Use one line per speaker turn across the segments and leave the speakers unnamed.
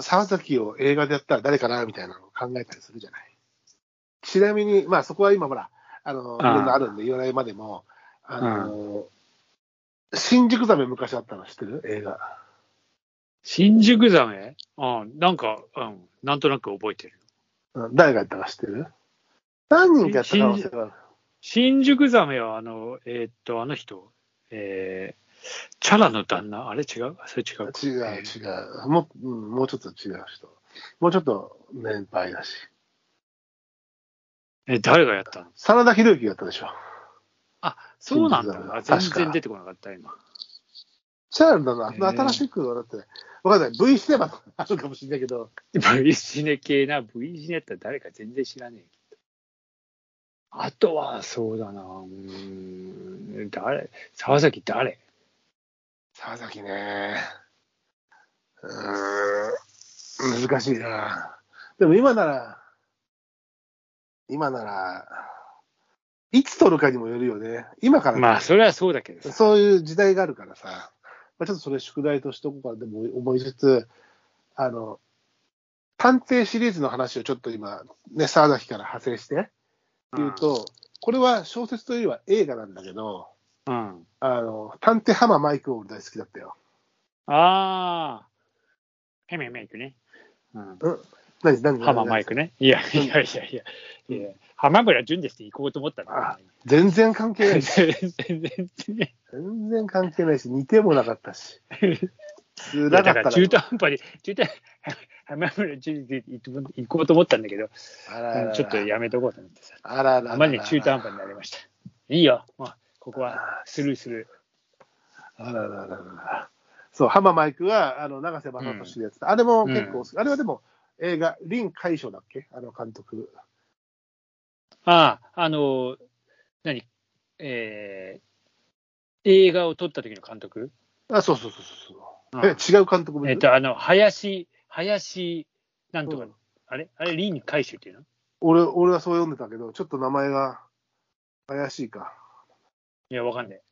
沢崎を映画でやったら誰かなみたいなのを考えたりするじゃない。ちなみに、まあそこは今ほら、あの、い
ああ
ろいろあるんで言わないまでも、あの、新宿ザメ昔あったの知ってる映画。
新宿ザメうん、なんか、うん、なんとなく覚えてる。
うん誰がやったか知ってる何人かやった可能性がある。
新宿ザメは、あの、えーっと、あの人、えー、チャラの旦那、あれ違うそれ違う。
違う
えー
違う。もう、うん、もうちょっと違う人。もうちょっと年配だし。
え、誰がやったの
真田広之がやったでしょ。
そうなん
新宿
だ。
ザメ
あ全
確か
然出てこなかった、今。
チャールなの、
えー
新しく笑ってない。わかんない。V シネマとかあるかもしれないけど、
V シネ系な、V シネって誰か全然知らねえ。あとは、そうだな、うーん、誰、沢崎誰
沢崎ね。うーん、難しいな。でも今なら、今なら、いつ撮るかにもよるよね。今から、
まあ、それはそうだけどさ。
そういう時代があるからさ、まあ、ちょっとそれ宿題としておこうかなでも思いつつ、あの、探偵シリーズの話をちょっと今、ね、沢崎から派生して言うと、これは小説というよりは映画なんだけど、
うん、うん。
あの、探偵ハマーマイクを俺大好きだったよ。
ああ、ヘメメイクね。うん
何何
ハママイ
ク。
クね。いやいやいやいや、いや浜村淳ですって行こうと思ったんだ
あ全然関係な
けど
い
ね。
し、
全然ね
全然関係ないし、似てもなかったし。辛か
だ
った
からら中途半端に、中途浜村淳ですって行こうと思ったんだけど、
あららら
ちょっとやめとこうと思ってさ。
あらららら
あまりに中途半端になりました。いいよ、もうここはスルーする。
あららららら。そう、浜マイクは、あの、長瀬正敏のやつ、あれも結構好き、あれはでも、映画、林海翔だっけあの監督。
ああ、あの、何、えー、映画を撮った時の監督、
あ、そうそうそうそうそう。
う
え、
ん
違う監督もい
え
る
っ、と、あの、林、林、なんとか、
うん
あれあれ、リン回収っていうの
俺、俺はそう読んでたけど、ちょっと名前が怪しいか。
いや、わかんない。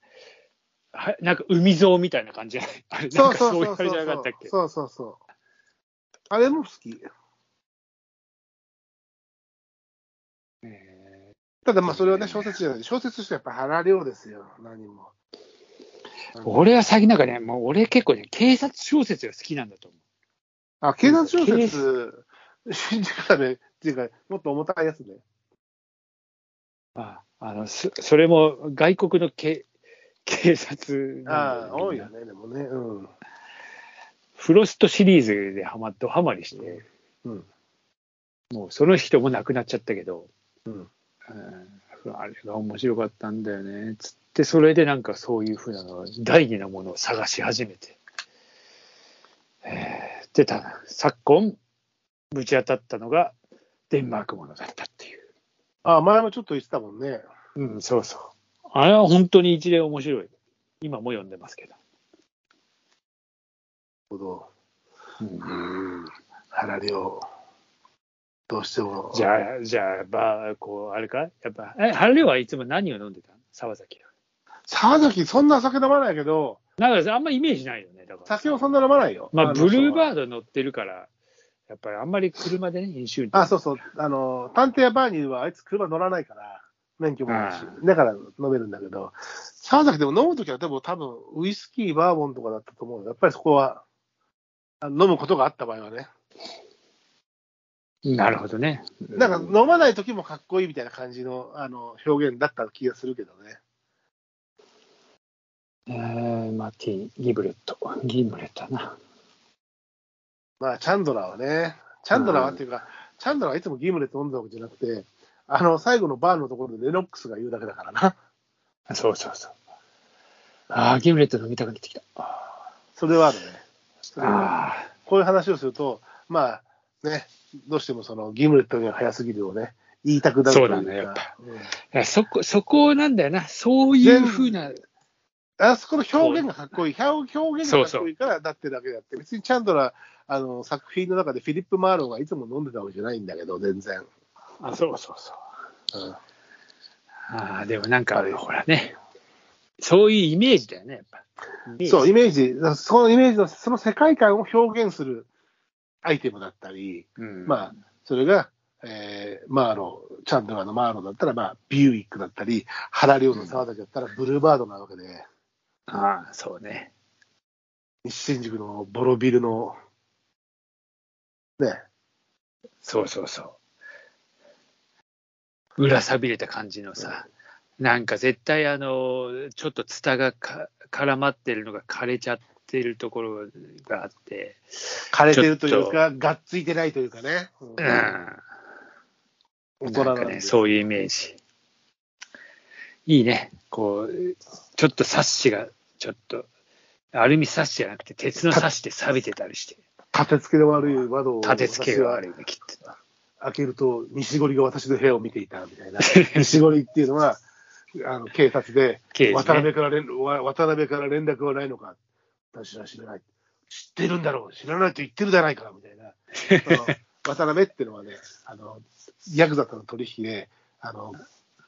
はなんか、海蔵みたいな感じじゃないあれ、な
そ
ん
う
か
そ
そう
う
い
そうう
あ
そ
れじゃ
う
なかったっけ
そうそうそう。あれも好き。
え
ただまあそれはね、小説じゃない。小説としてはやっぱ原涼ですよ、何も。
ー俺は最近なんかね、もう俺結構ね、警察小説が好きなんだと思う。
あ、警察小説、新宿だね。っていうか、もっと重たいやつね。
ああのそそれも外国のけ 警察なんだ
あ
よ
あ、
ね
多いよね、でもね。うん。
フロストシリーズでハマってハマりして、
うん
もうその人も亡くなっちゃったけど、
うん
うんあれが面白かったんだよねつってそれでなんかそういうふうなの第二のものを探し始めて、えーでた昨今ぶち当たったのがデンマークものだったっていう、
あ、前もちょっと言ってたもんね。
うん、そうそうあれは本当に一例面白い今も読んでますけど、
ほど。
うん
うん。原涼。どうしても。
じゃあ、じゃあ、ば、こう、あれかやっぱ、え、春寮はいつも何を飲んでたの沢崎は。
沢崎、そんな酒飲まないけど、
なんかさあんまイメージないよね、だから。
酒をそんな飲まないよ。
まあ、ブルー
ー。
バード乗ってるから、やっぱりあんまり車でね、飲酒運転
あ、そうそう。あの、探偵やバーニーはあいつ車乗らないから、免許もないし
あ。
だから飲めるんだけど、沢崎でも飲むときはでも多分、ウイスキー、バーボンとかだったと思うよ。やっぱりそこは、あ飲むことがあった場合はね。
なるほどね。
なんか飲まない時もかっこいいみたいな感じのあの表現だった気がするけどね。
えー、マティギブレット。ギブレットだな。
まあ、チャンドラーはね、チャンドラーはっていうか、チャンドラーはいつもギムレット飲んだわけじゃなくて、あの、最後のバーのところでレノックスが言うだけだからな。
そうそうそう。ああ、ギブレット飲みたくなってきた。あ
それはあるね。それは
あ
こういう話をすると、まあ、ね、どうしてもそのギムレットが早すぎるをね、言いたくなるというか
そうだねやっぱ
うん
ー。いやそこ、そこなんだよな。そういうふうな、
あそこの表現がかっこいい。表表現がかっこいいからだってるだけであって、別にチャンドラー、あの、作品の中でフィリップ・マーローがいつも飲んでたわけじゃないんだけど、全然。
あそうそうそう。
うん
ああ、でもなんか
あれ、
ほらね、そういうイメージだよね、やっぱ。
そう、イメージ、そのイメージの、その世界観を表現するアイテムだったり、
うん
まあ、それが、えーマーロー、チャンドラーのマーローだったら、まあ、ビューイックだったり、原亮の沢崎だったら、ブルーバードなわけで、
ああ、そうね。
西新宿のボロビルの、ね、
そうそうそう。裏さびれた感じのさ、なんか絶対あの、ちょっとツタがか絡まってるのが枯れちゃってるところがあって、
枯れてるというか、がっついてないというかね、うん
うん。
大
な
人
ん
な
か
んで
ね、そういうイメージ。いいね。こう、ちょっとサッシが、ちょっと、アルミサッシじゃなくて、鉄のサッシで錆びてたりして、
立て付けの悪い窓を
立て付けが
私
悪い
は
ね、きっと。
開けると、西堀が私の部屋を見ていたみたい な、西堀っていうのは、あの警察で、
刑事ね
渡辺から連わ渡辺から連絡はないのか、私は知らない、知ってるんだろう、知らないと言ってるじゃないかみた いな、その渡辺っていうのはね、あのヤクザとの取引で、あの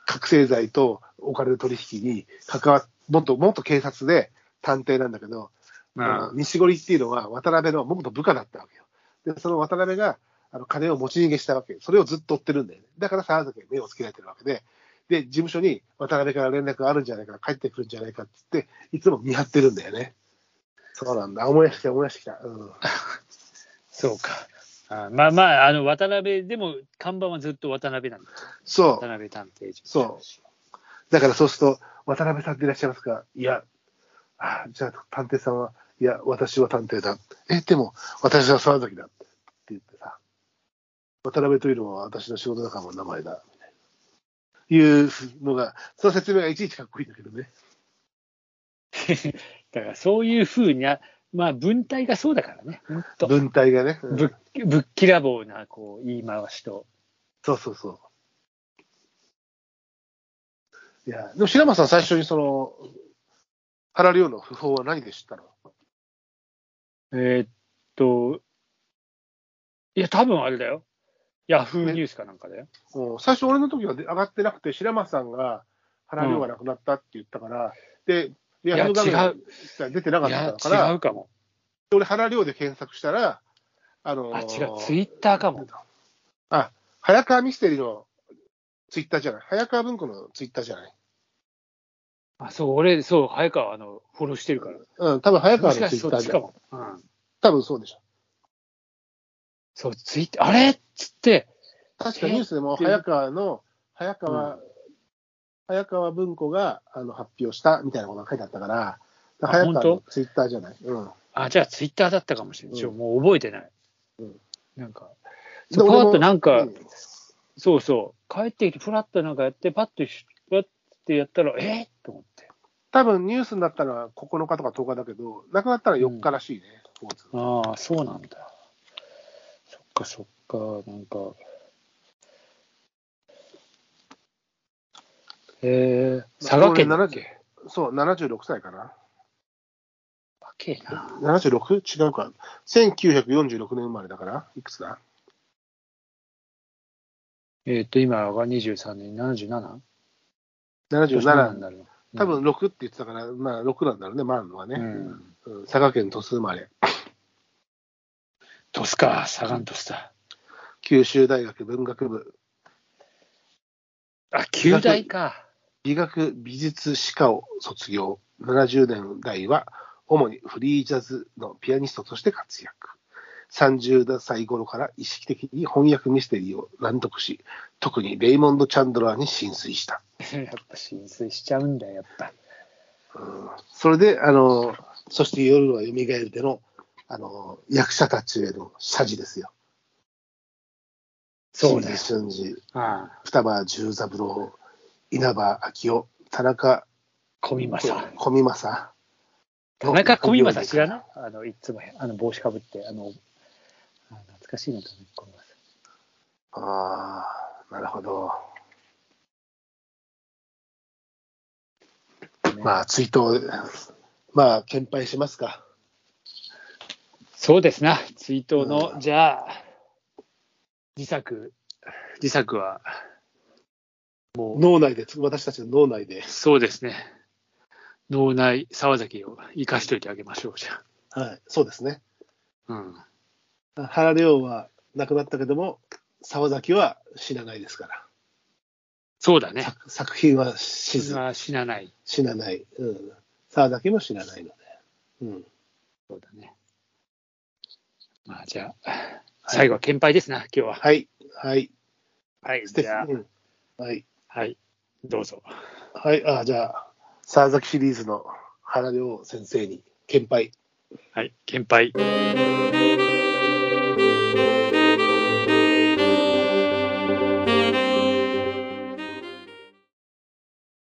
覚醒剤とお金の取引に関わもっともっと警察で探偵なんだけど、あの西堀っていうのは渡辺の元部下だったわけよ。で、その渡辺があの金を持ち逃げしたわけ。それをずっと追ってるんだよね。だから沢崎に目をつけられてるわけで、で、事務所に渡辺から連絡があるんじゃないか、帰ってくるんじゃないかって言って、いつも見張ってるんだよね。そうなんだ。思い出してきた、思い出してきた。うん。
そうか。あまあまあ、あの、渡辺、でも、看板はずっと渡辺なんだ。
そ
渡
う。
辺探偵所。
そうだからそうすると、渡辺さんでいらっしゃいますかいや、あじゃあ探偵さんは、いや、私は探偵だ。え、でも、私は沢崎だ。って言ってさ、渡辺というのは私の仕事仲間の名前だ。みたいな。いうのが、その説明がいちいちかっこいいんだけどね。
だから、そういうふうにな、まあ、文体がそうだからね。ほんとぶ
文体がね。うん
ぶっぶっきらぼうな、こう、言い回しと。
そうそうそう。いや、でも白間さん最初にその、原亮の訃報は何で知ったの
えーっと、いや、多分あれだよ。ヤフーニュースかなんかだよ。
もう最初、俺の時はで上がってなくて、白松さんが原亮が亡くなったって言ったから、で、ヤフー画
違う
面が出てないか
や
っ、たから、
違うかも。
俺、原亮で検索したら、あの
あ、違う。ツ
イッ
イッターかも。。
あ、早川ミステリーのツイッターじゃない、早川文庫のツイッターじゃない。
あ、そう、俺、そう、早川、あの、フォローしてるから。
うん、多分早
も
川
し
の
か
ツ
し
イ
て
ッタ
そ
ー
っ
じ
ち
ゃ
か
ん。
も。うん。
多分そうでしょ。
そう、ツイッター、あれっつって、
確かニュースでも
え
早川の、早川、早川文庫があの発表したみたいなことが書いてあったから、早川の
本
ツイッターじゃない。うん。
あ、じゃあツイッターだったかもしれない。ちょ
うん
もう覚えてない。
うん
なんか、
で
そう
俺
パ
も
ッとなんか、
うん
そうそう、帰ってきて、ふらっとなんかやって、パッとし、パッてやったら、えっと思って。
多分ニュースになったのは9日とか10日だけど、亡くなったのは4日らしいね、スポーツ
ああ、そうなんだ。そっかそっか、なんか。へえ、佐賀県だっけ
そう、76歳かな。
高えな。
76? 違うか。1946年生まれだから、いくつだ
えっ、と、今が23年、77?
?77
に。なるの。
多分6って言ってたから、まあ6なんだろうね、マンのは
う
ね。
ん。
うん佐賀県鳥栖生まれ。
トスか、サガントスだ。
九州大学文学部、
あ、九大か。
美学美術歯科を卒業。70年代は、主にフリージャズのピアニストとして活躍。30歳頃から意識的に翻訳ミステリーを難読し、特にレイモンド・チャンドラーに浸水した。
やっぱ浸水しちゃうんだよ、やっぱ。
うんそれで、あの、そして夜は蘇るでの、あの、役者たちへの謝辞ですよ。
そうだよ
新次俊二、
ああ、
双葉十三郎、稲葉昭夫、田中
小見正。
小見正。
田中小見正知らないあの、いつも、あの、帽子かぶって、あの、あ懐かしいな、田中小見正。
ああ、なるほど。
ね
まあ、追悼、まあ、献杯しますか。
そうですな、追悼の、
うん
じゃあ、自作、自作は、もう、
脳内で、私たちの脳内で。
そうですね、脳内、沢崎を生かしといてあげましょう、じゃ
はい、そうですね。
あ。うん。
原良は亡くなったけども、沢崎は死なないですから。
そうだね。
作作品は死ず
水は死なない。
死なない。うん。沢崎も死なないので。うん。
そうだね。まあじゃあ、最後は献杯ですな、今日は。
はい。はい。
はい、
素敵
じゃあ
う、んはい。
はい、どうぞ。
はい。あじゃあ、沢崎シリーズの原良先生に、献杯。
はい、献杯。
「